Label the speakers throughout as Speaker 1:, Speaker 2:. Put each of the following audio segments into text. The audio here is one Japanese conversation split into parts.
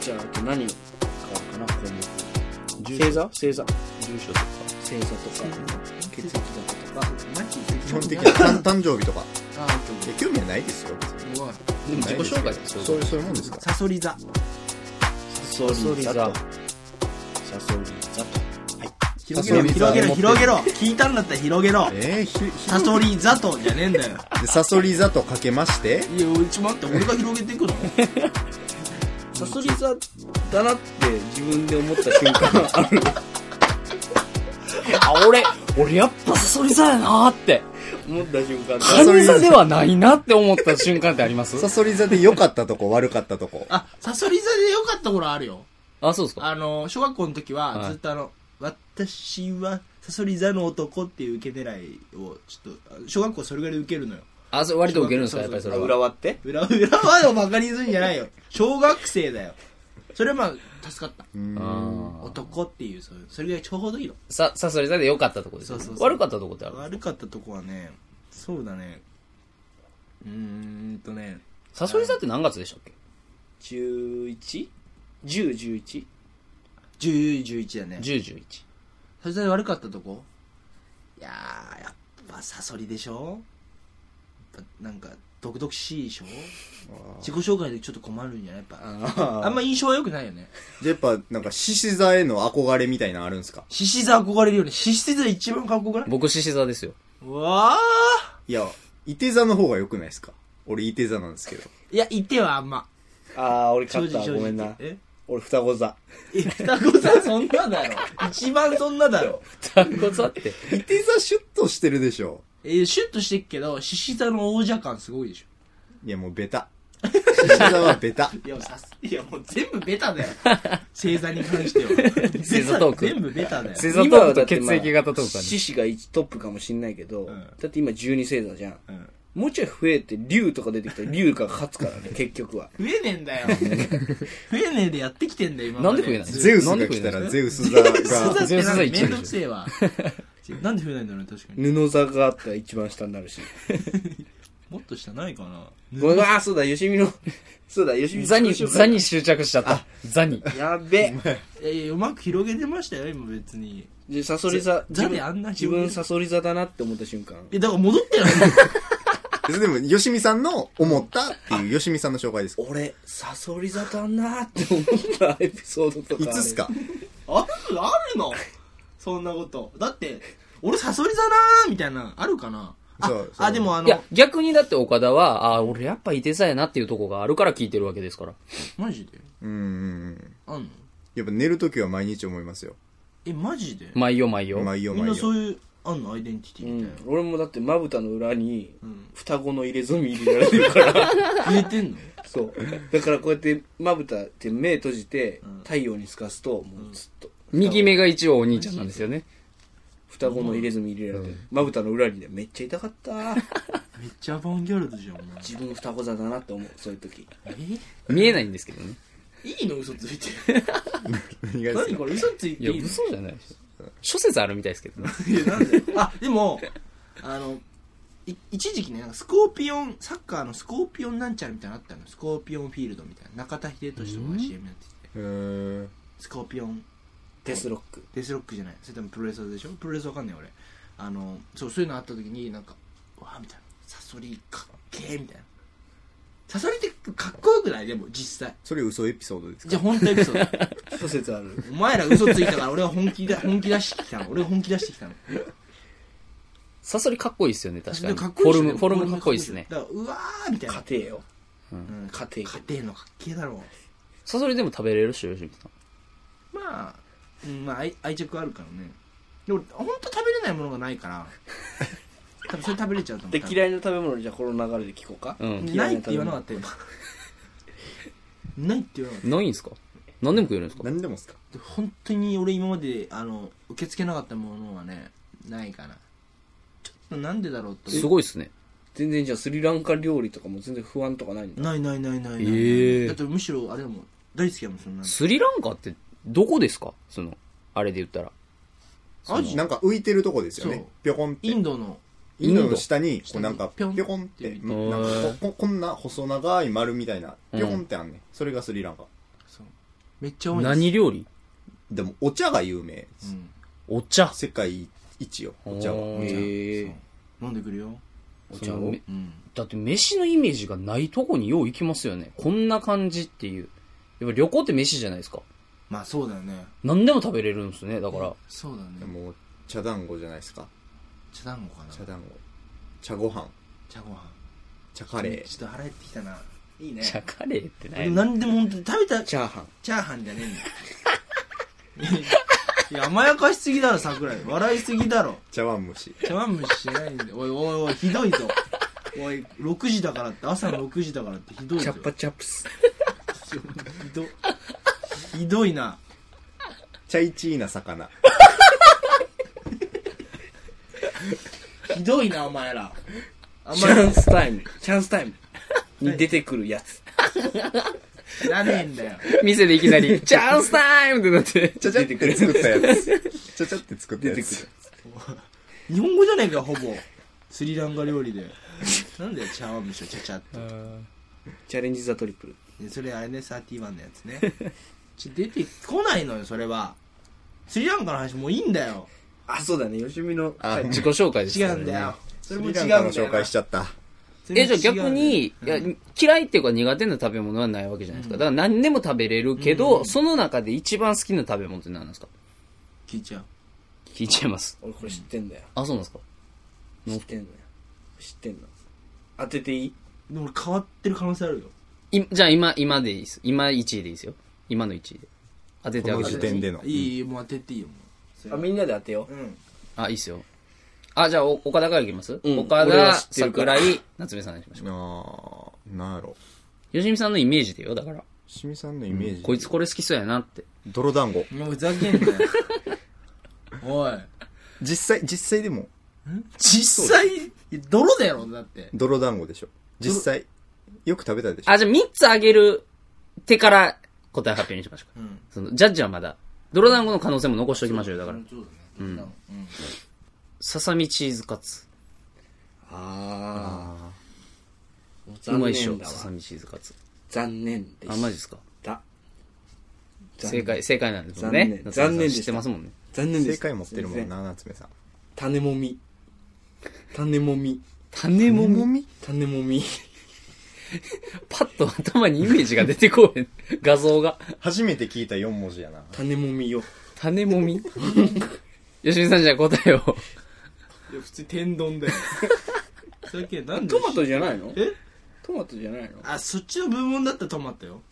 Speaker 1: じゃあ、あと何があるかな、項目。星座星座。
Speaker 2: 住所とか
Speaker 1: 星座とか、血液型とか。
Speaker 3: マジ
Speaker 4: 基本的に誕誕生日とか。
Speaker 3: あー、オッケーオッ
Speaker 4: いや興味はないですよ。別に
Speaker 3: ケー。うわ
Speaker 2: でも自己紹介ってそう
Speaker 4: そうい
Speaker 2: い
Speaker 4: うう、そういうもんですか
Speaker 3: サソリ座。
Speaker 1: サソリ座と。サソリ座と。
Speaker 3: 広げろ、広げろ、広げろ。聞いたんだったら広げろ。
Speaker 4: えー、ひ、ひ
Speaker 3: サソリ座とじゃねえんだよ。
Speaker 4: でサソリ座とかけまして、
Speaker 3: いや、ちょ待って、俺が広げていく の
Speaker 1: サソリ座だなって自分で思った瞬間がある。あ、俺、俺やっぱサソリ座やなーって。思った瞬 間
Speaker 4: サ
Speaker 1: サ
Speaker 4: ソ
Speaker 1: ソ
Speaker 4: リ
Speaker 1: リ
Speaker 4: 座
Speaker 1: 座ではないなって思った瞬間ってあります
Speaker 4: サソリ座で良かったとこ、悪かったとこ。
Speaker 3: あ、サソリ座で良かった頃あるよ。
Speaker 1: あ、そうですか
Speaker 3: あの、小学校の時
Speaker 1: は
Speaker 3: は、
Speaker 1: い
Speaker 3: ずっとあの、私は、サソリ座の男っていう受け狙いを、ちょっと、あ小学校それぐらいで受けるのよ。
Speaker 1: あ、それ割と受けるんですかやっぱりそれは。裏割って
Speaker 3: 裏、裏はをバカにするんじゃないよ。小学生だよ。それはまあ、助かった。男っていう、そういう、それぐらいちょうどいいの。
Speaker 1: さ、サソリ座で良かったとこですよね
Speaker 3: そうそうそう
Speaker 1: 悪かったとこってある
Speaker 3: 悪かったとこはね、そうだね。うーんとね、
Speaker 1: サソリ座って何月でしたっけ ?11?10、11?10、
Speaker 3: 10、11だね。
Speaker 1: 11。
Speaker 3: サソリ座で悪かったとこいやー、やっぱサソリでしょやっぱなんか、毒々しいでしょ自己紹介でちょっと困るんじゃないやっぱ。
Speaker 1: あ
Speaker 3: あんま印象は良くないよね。
Speaker 4: で、やっぱ、なんか、獅子座への憧れみたいなのあるんですか
Speaker 3: 獅子座憧れるよね。獅子座一番かっこよくない
Speaker 1: 僕、獅子座 ですよ。
Speaker 3: うわあ
Speaker 4: いや、いて座の方が良くないですか俺、いて座なんですけど。
Speaker 3: いや、いてはあんま。
Speaker 1: あー、俺
Speaker 3: 正直正直。え
Speaker 1: 俺、双子座。
Speaker 3: え双子座そんな だろ。一番そんなだろ。
Speaker 1: 双子座って。
Speaker 4: いて座シュッとしてるでしょ。
Speaker 3: えーシュッとしてっけど、獅子座の王者感すごいでし
Speaker 4: いや、もう、ベタ。獅子座はベタ。
Speaker 3: ょ。いや、さす、いや、もう全部ベタだよ。 星座に関して は。
Speaker 1: 星座トーク
Speaker 3: 全部ベ タだよ。
Speaker 2: 星座トークと血液型トークはね
Speaker 1: 獅子が一トップかもしんないけど、
Speaker 3: ん
Speaker 1: だって今12星座じゃん。
Speaker 3: うん
Speaker 1: もうちょい増えて、竜とか出てきたら竜が勝つから ね、結局は。
Speaker 3: 増えねえんだよ。増えねえでやってきてんだよ、今ま
Speaker 1: なんで増えない
Speaker 4: ゼウスが来たら、ゼウス座が。
Speaker 3: 星座ってなんか
Speaker 2: ゼウス座一位でし
Speaker 3: め
Speaker 2: ょ
Speaker 3: んどくせ えわ。なんで増えないんだろうね、確かに。
Speaker 1: 布座があったら一番下になるし。
Speaker 3: もっと下ないかな。
Speaker 1: うわあ、そうだ、よしみの、そうだ、よしみ
Speaker 2: 座に、座に執着しちゃった。座に。
Speaker 1: やべ。
Speaker 3: いやいや、うまく広げてましたよ、今別に。
Speaker 1: で、サソリ座、
Speaker 3: 座
Speaker 1: 自分
Speaker 3: であんな広い
Speaker 1: 自分サソリ座だなって思った瞬間。
Speaker 3: え、だから戻ってない
Speaker 4: でも、よしみさんの思ったっていう、よしみさんの紹介ですか
Speaker 1: 俺、サソリ座だなって思ったエピソードとか。
Speaker 4: いつっすか
Speaker 3: あるあるのそんなこと。だって、俺サソリ座なーみたいな、あるかなあ
Speaker 4: そうそう
Speaker 3: あ、でもあ
Speaker 1: いや
Speaker 3: の、、
Speaker 1: 逆にだって岡田は、ああ、俺やっぱいて座やなっていうとこがあるから聞いてるわけですから。
Speaker 3: マジで
Speaker 4: うんうんうん。
Speaker 3: あんの
Speaker 4: やっぱ寝るときは毎日思いますよ。
Speaker 3: え、マジで
Speaker 1: 毎夜毎夜。
Speaker 4: 毎夜
Speaker 3: みん
Speaker 4: 毎
Speaker 3: なそ
Speaker 4: 夜。
Speaker 3: ういう、あんのアイデンティティみたいな。
Speaker 1: 俺もだってまぶたの裏に双子の入れ墨入れられてるから
Speaker 3: 入れてんの
Speaker 1: そうだからこうやってまぶたって目閉じて太陽に透かすともうずっと
Speaker 2: 右目が一応お兄ちゃんなんですよね。
Speaker 1: 双子の入れ墨入れられてるまぶたの裏にねめっちゃ痛かった
Speaker 3: めっちゃアバンギャルドじゃん、お
Speaker 1: 自分双子座だなって思うそういう時
Speaker 3: 前。
Speaker 2: 見えないんですけどね。
Speaker 3: えいいの嘘ついて。
Speaker 4: 意外です
Speaker 3: 何
Speaker 4: ね
Speaker 3: これ嘘つい
Speaker 2: い
Speaker 3: て
Speaker 2: や、
Speaker 3: いいの
Speaker 2: 嘘じゃないです諸説あるみたいですけどね。
Speaker 3: いやなんであ、でも、あの、い一時期ね、なんかスコーピオン、サッカーのスコーピオンなんちゃらみたいなのあったの。スコーピオンフィールドみたいな。中田秀俊とかが CM やってて。
Speaker 4: へー
Speaker 3: スコーピオン
Speaker 1: デスロック
Speaker 3: デスロックじゃないそれ多分プロレスでしょプロレスわかんない俺あのそうそういうのあった時になんかわあみたいなサソリかっけーみたいなサソリってかっこよくないでも実際
Speaker 4: それ嘘エピソードですか
Speaker 3: じゃあ本当エピソー ド
Speaker 1: 諸説ある
Speaker 3: お前ら嘘ついたから俺は本気だ本気出してきたの俺は本気出してきたの
Speaker 2: サソリかっこいいですよね、確かに。
Speaker 3: でもっ
Speaker 2: フ
Speaker 3: こいいっ
Speaker 2: ォル
Speaker 3: す
Speaker 2: ム、
Speaker 3: ね
Speaker 2: フォルムかっこいいですね。
Speaker 3: だからうわーみたいな
Speaker 1: 家庭よ
Speaker 3: うん
Speaker 1: 家庭
Speaker 3: 家庭のかっけーだろ
Speaker 2: サソリでも食べれるっしょ、よしみさん。
Speaker 3: うまあ、うん、まあ愛愛着あるからねで俺本当食べれないものがないから多分それ食べれちゃうと思
Speaker 1: で
Speaker 3: う
Speaker 1: 嫌いな食べ物じゃあこの流れで聞こうか
Speaker 2: うん。
Speaker 3: ないって言わなかったよ今 ないって言わなかっ
Speaker 2: ないんですか何でも食えるんですか
Speaker 4: 何でもっすか
Speaker 3: た本当に俺今まであの受け付けなかったものはねないかなちょっとなんでだろうと
Speaker 2: すごいですね。
Speaker 1: 全然じゃあスリランカ料理とかも全然不安とかないんだ
Speaker 3: ないないないないない、
Speaker 2: ええ
Speaker 3: だってむしろあれだもん大好きやもんそんなの
Speaker 2: スリランカってどこですかその、あれで言ったら。
Speaker 3: アジ
Speaker 4: なんか浮いてるとこですよ
Speaker 3: そう
Speaker 4: ね。ぴょこんって。
Speaker 3: インドの
Speaker 4: インドの下に、こ
Speaker 3: 下
Speaker 4: う
Speaker 3: に
Speaker 4: なんか、
Speaker 3: ぴ
Speaker 4: ぴ
Speaker 3: ょ
Speaker 4: ょ
Speaker 3: ん
Speaker 4: こんっ
Speaker 3: っ
Speaker 4: て、
Speaker 3: て
Speaker 2: いう
Speaker 4: なんかここ、こんな細長い丸みたいな、ぴょこんってあんねん。それがスリランカ。
Speaker 3: そうめっちゃ多いんです
Speaker 2: 何料理
Speaker 4: でも、お茶が有名です。
Speaker 3: うん
Speaker 2: お茶。
Speaker 4: 世界一よ、お茶は。
Speaker 2: おー
Speaker 1: へえ
Speaker 3: そう飲んでくるよ
Speaker 2: お
Speaker 1: そ
Speaker 2: 茶
Speaker 1: の
Speaker 2: め
Speaker 3: うん
Speaker 2: だって飯のイメージがないとこによう行きますよね。こんな感じっていう。やっぱ旅行って飯じゃないですか。
Speaker 3: まあそうだよね
Speaker 2: 何でも食べれるんですね。だから、
Speaker 3: そうだね
Speaker 4: もう、茶団子じゃないですか。
Speaker 3: 茶団子かな
Speaker 4: 茶団子。茶ご飯。
Speaker 3: 茶ご飯
Speaker 4: 茶カレ
Speaker 3: ちょっと
Speaker 4: ー。
Speaker 3: 腹減ってきたないいね
Speaker 2: 茶カレーって
Speaker 3: でも
Speaker 2: ね。
Speaker 3: 何でも本当に食べた
Speaker 1: チャーハン
Speaker 3: チャーハンじゃねえんだよ いや甘やかしすぎだろ桜井笑いすぎだろ
Speaker 4: 茶碗蒸し。
Speaker 3: 茶碗蒸ししないんでおいおいおいひどいぞおい6時だからって朝の6時だからってひどい
Speaker 1: チ
Speaker 3: ぞ
Speaker 1: ャッパチャップス
Speaker 3: ひどひどいな
Speaker 4: 茶一いな魚。
Speaker 3: ひどいなお前らあん
Speaker 1: チ
Speaker 3: ま
Speaker 1: ャンスタイムチャンスタイムに出てくるやつ
Speaker 3: りなねえんだよ
Speaker 2: 店でいきなり、チャンスタイムってなって。
Speaker 4: ちゃちゃって作った やつ。ちゃちゃって作ったや
Speaker 1: 出てく
Speaker 4: つ
Speaker 1: る。
Speaker 3: 日本語じゃねえかほぼスリランカ料理でなんだよ茶碗蒸しをちゃちゃっと
Speaker 1: チャレンジザトリプル
Speaker 3: でそれあれね31のやつね ちょ出てこないのよそれはスリランカの話もういいんだよ
Speaker 1: あそうだねよしみの
Speaker 4: あ、
Speaker 2: 自己紹介です
Speaker 3: 違
Speaker 2: から
Speaker 3: う
Speaker 2: ね
Speaker 3: んだよそれも違
Speaker 4: ス
Speaker 3: うん
Speaker 4: リ
Speaker 3: だ
Speaker 4: ラン
Speaker 3: よ
Speaker 4: カの紹介しちゃった。
Speaker 2: え、じゃあ逆に、いや嫌いっていうか苦手な食べ物はないわけじゃないですか。だから何でも食べれるけど、その中で一番好きな食べ物って何なんですか
Speaker 3: 聞いちゃう
Speaker 2: 聞いちゃいます。
Speaker 1: 俺これ知ってんだよ
Speaker 2: あ、そうなんですか
Speaker 1: 知ってんのよ知ってんの当てていい
Speaker 3: でも俺変わってる可能性あるよ
Speaker 2: いじゃあ今、今でいいです。今1位でいいですよ。今の1位で。当ててあ
Speaker 4: こ
Speaker 2: げ
Speaker 4: の時
Speaker 2: てくださ
Speaker 4: 点
Speaker 2: い。
Speaker 4: での。
Speaker 3: いいいいもう当てていいよも
Speaker 1: あみんなで当てよ
Speaker 3: ううん
Speaker 2: あ、いいっすよ。あ、じゃあ、お岡田からいきます、
Speaker 1: うん
Speaker 2: 岡
Speaker 1: 俺は
Speaker 2: 田、
Speaker 1: 知ってるか
Speaker 2: 桜
Speaker 1: ら
Speaker 2: 井、夏目さんにしましょう。
Speaker 4: あー、なんやろ。
Speaker 2: 吉見さんのイメージでよ、だから。
Speaker 4: しみさんのイメージ。
Speaker 2: こいつこれ好きそうやなって。
Speaker 4: 泥団子。
Speaker 3: もうふざけんなよおい
Speaker 4: 実際、実際でも、
Speaker 3: 実際泥だろだって
Speaker 4: 泥団子でしょ。実際、よく食べたでしょ。
Speaker 2: あ、じゃあ3つあげる手から答え発表にしましょう
Speaker 3: う
Speaker 2: か。
Speaker 3: ん
Speaker 2: その、ジャッジはまだ。泥団子の可能性も残しておきましょうよ、だから。
Speaker 3: そうだねうん
Speaker 2: ささみチーズカツ。
Speaker 1: あ
Speaker 4: あ
Speaker 1: あ
Speaker 2: う
Speaker 1: 残
Speaker 2: まいっし
Speaker 1: 念
Speaker 2: ょ、
Speaker 1: だわ
Speaker 2: ささみチーズカツ。
Speaker 1: 残念でした
Speaker 2: あ、マジですか
Speaker 1: だ
Speaker 2: 正解、正解なんですもんね。
Speaker 1: 残念残念で
Speaker 2: 夏目さん
Speaker 1: した
Speaker 2: 知ってますもんね。
Speaker 1: 残
Speaker 4: ー
Speaker 1: 念で
Speaker 4: 正
Speaker 1: した
Speaker 4: 解持ってるもんな、夏目さん。
Speaker 1: 種もみ種もみ
Speaker 2: 種もみ
Speaker 4: み
Speaker 1: 種もみ
Speaker 2: パッと頭にイメージが出てこ へん。画像が。
Speaker 4: 初めて聞いた4文字やな。
Speaker 1: 種もみよ
Speaker 2: 種もみ吉見さんじゃあ答え
Speaker 3: い
Speaker 2: を。
Speaker 3: や普通に天丼だよふざけんななんで
Speaker 1: トマトじゃないの
Speaker 3: え
Speaker 1: トマトじゃないの
Speaker 3: あそっちの部門だったらトマトよ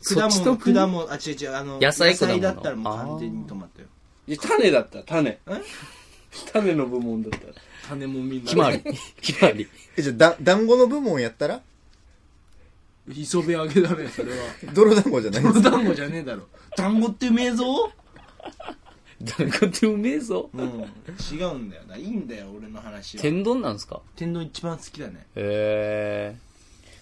Speaker 2: そ
Speaker 3: 果
Speaker 2: っちと
Speaker 3: 物果物あ違う違うあの
Speaker 2: 野菜果物
Speaker 3: だったらもう完全にトマトよ
Speaker 1: いや種だった種種の部門だった
Speaker 3: 種もみんな
Speaker 2: ひまわり。ひまわり。
Speaker 4: え、じゃあ、だ、団子の部門やったら
Speaker 3: 磯辺揚げだねそ れは
Speaker 4: 泥団子じゃないんです
Speaker 3: 泥
Speaker 4: か
Speaker 3: 団子じゃねえだろ団子ってうめえぞ
Speaker 2: 団子ってうめえぞ。
Speaker 3: うん違うんだよないいんだよ俺の話は
Speaker 2: 天丼なんですか
Speaker 3: 天丼一番好きだね
Speaker 2: へえ。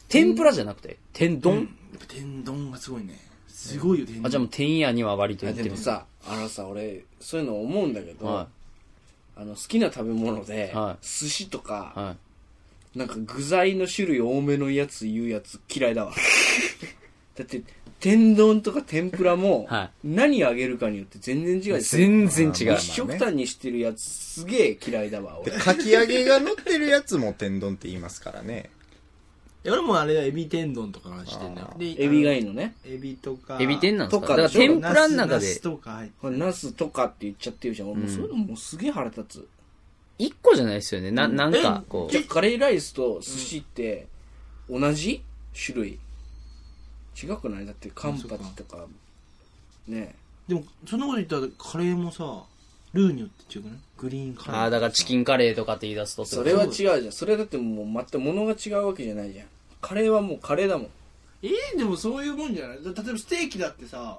Speaker 2: 天ぷらじゃなくて、天丼、
Speaker 3: やっぱ天丼がすごいねすごいよ天丼
Speaker 2: あ、じゃあもう天屋には割と
Speaker 1: あ
Speaker 2: 言って
Speaker 1: で
Speaker 2: る。
Speaker 1: もさあのさ俺そういうの思うんだけど、
Speaker 2: は
Speaker 1: あの好きな食べ物で、
Speaker 2: はい
Speaker 1: 寿司とか、
Speaker 2: い。はい。
Speaker 1: なんか具材の種類多めのやつ言うやつ嫌いだわ だって天丼とか天ぷらも、
Speaker 2: は
Speaker 1: 何あげるかによって全然違うでしょ
Speaker 2: 全然違う。
Speaker 1: 一食単にしてるやつすげえ嫌いだわ
Speaker 4: で
Speaker 1: 俺
Speaker 4: かき揚げが乗ってるやつも天丼って言いますからね。
Speaker 3: いや俺もあれはエビ天丼とかの話してんだよ
Speaker 4: あ
Speaker 3: で
Speaker 1: エビが
Speaker 3: い
Speaker 1: いいのね
Speaker 3: エビとか
Speaker 2: エビ天なんですか
Speaker 1: とか
Speaker 2: だ
Speaker 1: で
Speaker 2: か
Speaker 1: しょ
Speaker 2: ら天ぷらの中
Speaker 3: ナ
Speaker 2: で
Speaker 3: ス、とか入って
Speaker 1: これナスとかって言っちゃってるじゃん俺もうそういうのもうすげえ腹立つ、
Speaker 2: 一個じゃないですよね。な、なんか、こ
Speaker 1: じゃあカレーライスと寿司って同じ種類違くないだってカンパチとかね
Speaker 3: でもそんなこと言ったらカレーもさルーによって違くないグリーン
Speaker 2: う。
Speaker 3: カレー
Speaker 2: ああ、だからチキンカレーとかって言い出すとってこ
Speaker 1: そ
Speaker 2: と
Speaker 1: れは違うじゃんそれだってもう全く物が違うわけじゃないじゃんカレーはもうカレーだもん
Speaker 3: えー、でもそういうもんじゃないだ例えばステーキだってさ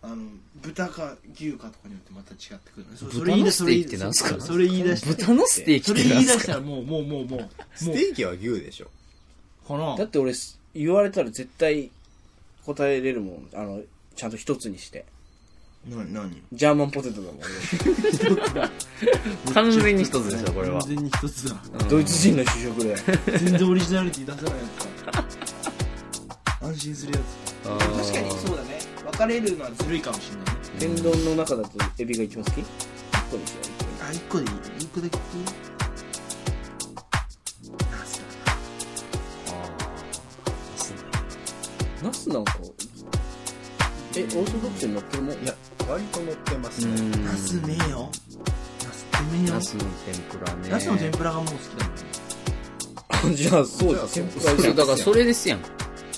Speaker 3: あの豚か牛かとかによってまた違ってくるねそそれ言
Speaker 2: 豚の
Speaker 3: い出
Speaker 2: ステーキってなんすか
Speaker 3: それ言い出した
Speaker 2: 豚のステーキ
Speaker 3: そ
Speaker 2: っ
Speaker 3: れ
Speaker 2: てな
Speaker 3: 言
Speaker 2: ん
Speaker 3: い
Speaker 2: す
Speaker 3: 出
Speaker 2: か
Speaker 3: したらもうもうもうもうも
Speaker 4: ステーキは牛でしょ。
Speaker 3: うかな
Speaker 1: だって俺す言われたら絶対答えれるもんあのちゃんと一つにして
Speaker 3: な何
Speaker 1: ジャーマンポテトだもん
Speaker 2: 完全に一つですよ、これは。
Speaker 3: 完全に一つだ
Speaker 1: 俺ドイツ人の主食で
Speaker 3: 全然オリジナリティ出さないやつだ安心するやつ確かにそうだねわか分かれるのはずるいかもしれないね
Speaker 1: 天丼の中だとエビが一番好きそうですよ
Speaker 3: あ一個でいい一個だけいいナスだな
Speaker 1: ナスなんかえオーソドックスに乗ってるもん
Speaker 4: いや、割と乗ってます
Speaker 2: う
Speaker 4: ね。
Speaker 2: ん
Speaker 3: ナスねえよナスってねえよ
Speaker 2: ナスの天ぷらね
Speaker 3: ナスの天ぷらがもう好きだもんね
Speaker 1: あじゃあそう
Speaker 4: じゃあ
Speaker 1: です
Speaker 4: そう
Speaker 1: 天ぷ
Speaker 2: そ
Speaker 1: ら
Speaker 2: うだからそれですやん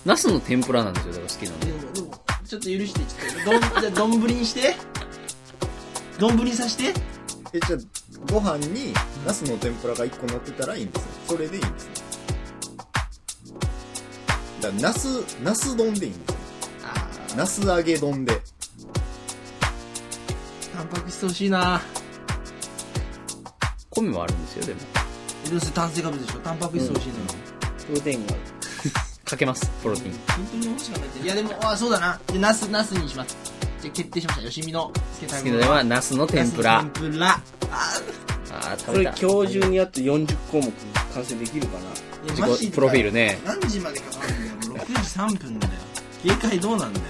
Speaker 2: ナスの天ぷらなんですよだから好きなの
Speaker 3: でもでもちょっと許してちょっとどんじゃあ丼にして丼にさして
Speaker 4: え、じゃあ、ご飯に、ナスの天ぷらが1個乗ってたらいいんですね。それでいいんですね。だから、ナス、ナス丼でいいんですね。
Speaker 3: あ
Speaker 4: ナス揚げ丼で。
Speaker 3: ータンパク質欲しいな
Speaker 2: 米もあるんですよでも
Speaker 3: 要するに炭水化物でしょタンパク質欲しいのよ、
Speaker 1: プロテインがある
Speaker 2: かけますプロテイン
Speaker 3: 本当に欲しかないっていやでもあそうだなでナスナスにしますじゃあ決定しましたよしみのつけた
Speaker 2: 好
Speaker 3: い
Speaker 2: き
Speaker 3: も
Speaker 2: な
Speaker 3: の
Speaker 2: のはナスの天ぷら
Speaker 3: ナスの天ぷらあ
Speaker 2: あー
Speaker 1: そ
Speaker 2: 食
Speaker 1: れ
Speaker 2: べた
Speaker 1: 今日中にあと40項目完成できるかな
Speaker 3: ーいやマジ
Speaker 2: 自
Speaker 3: で
Speaker 2: 己プロフィールね
Speaker 3: 何時までかかるんだよもう6時3分だよ警戒どうなんだよ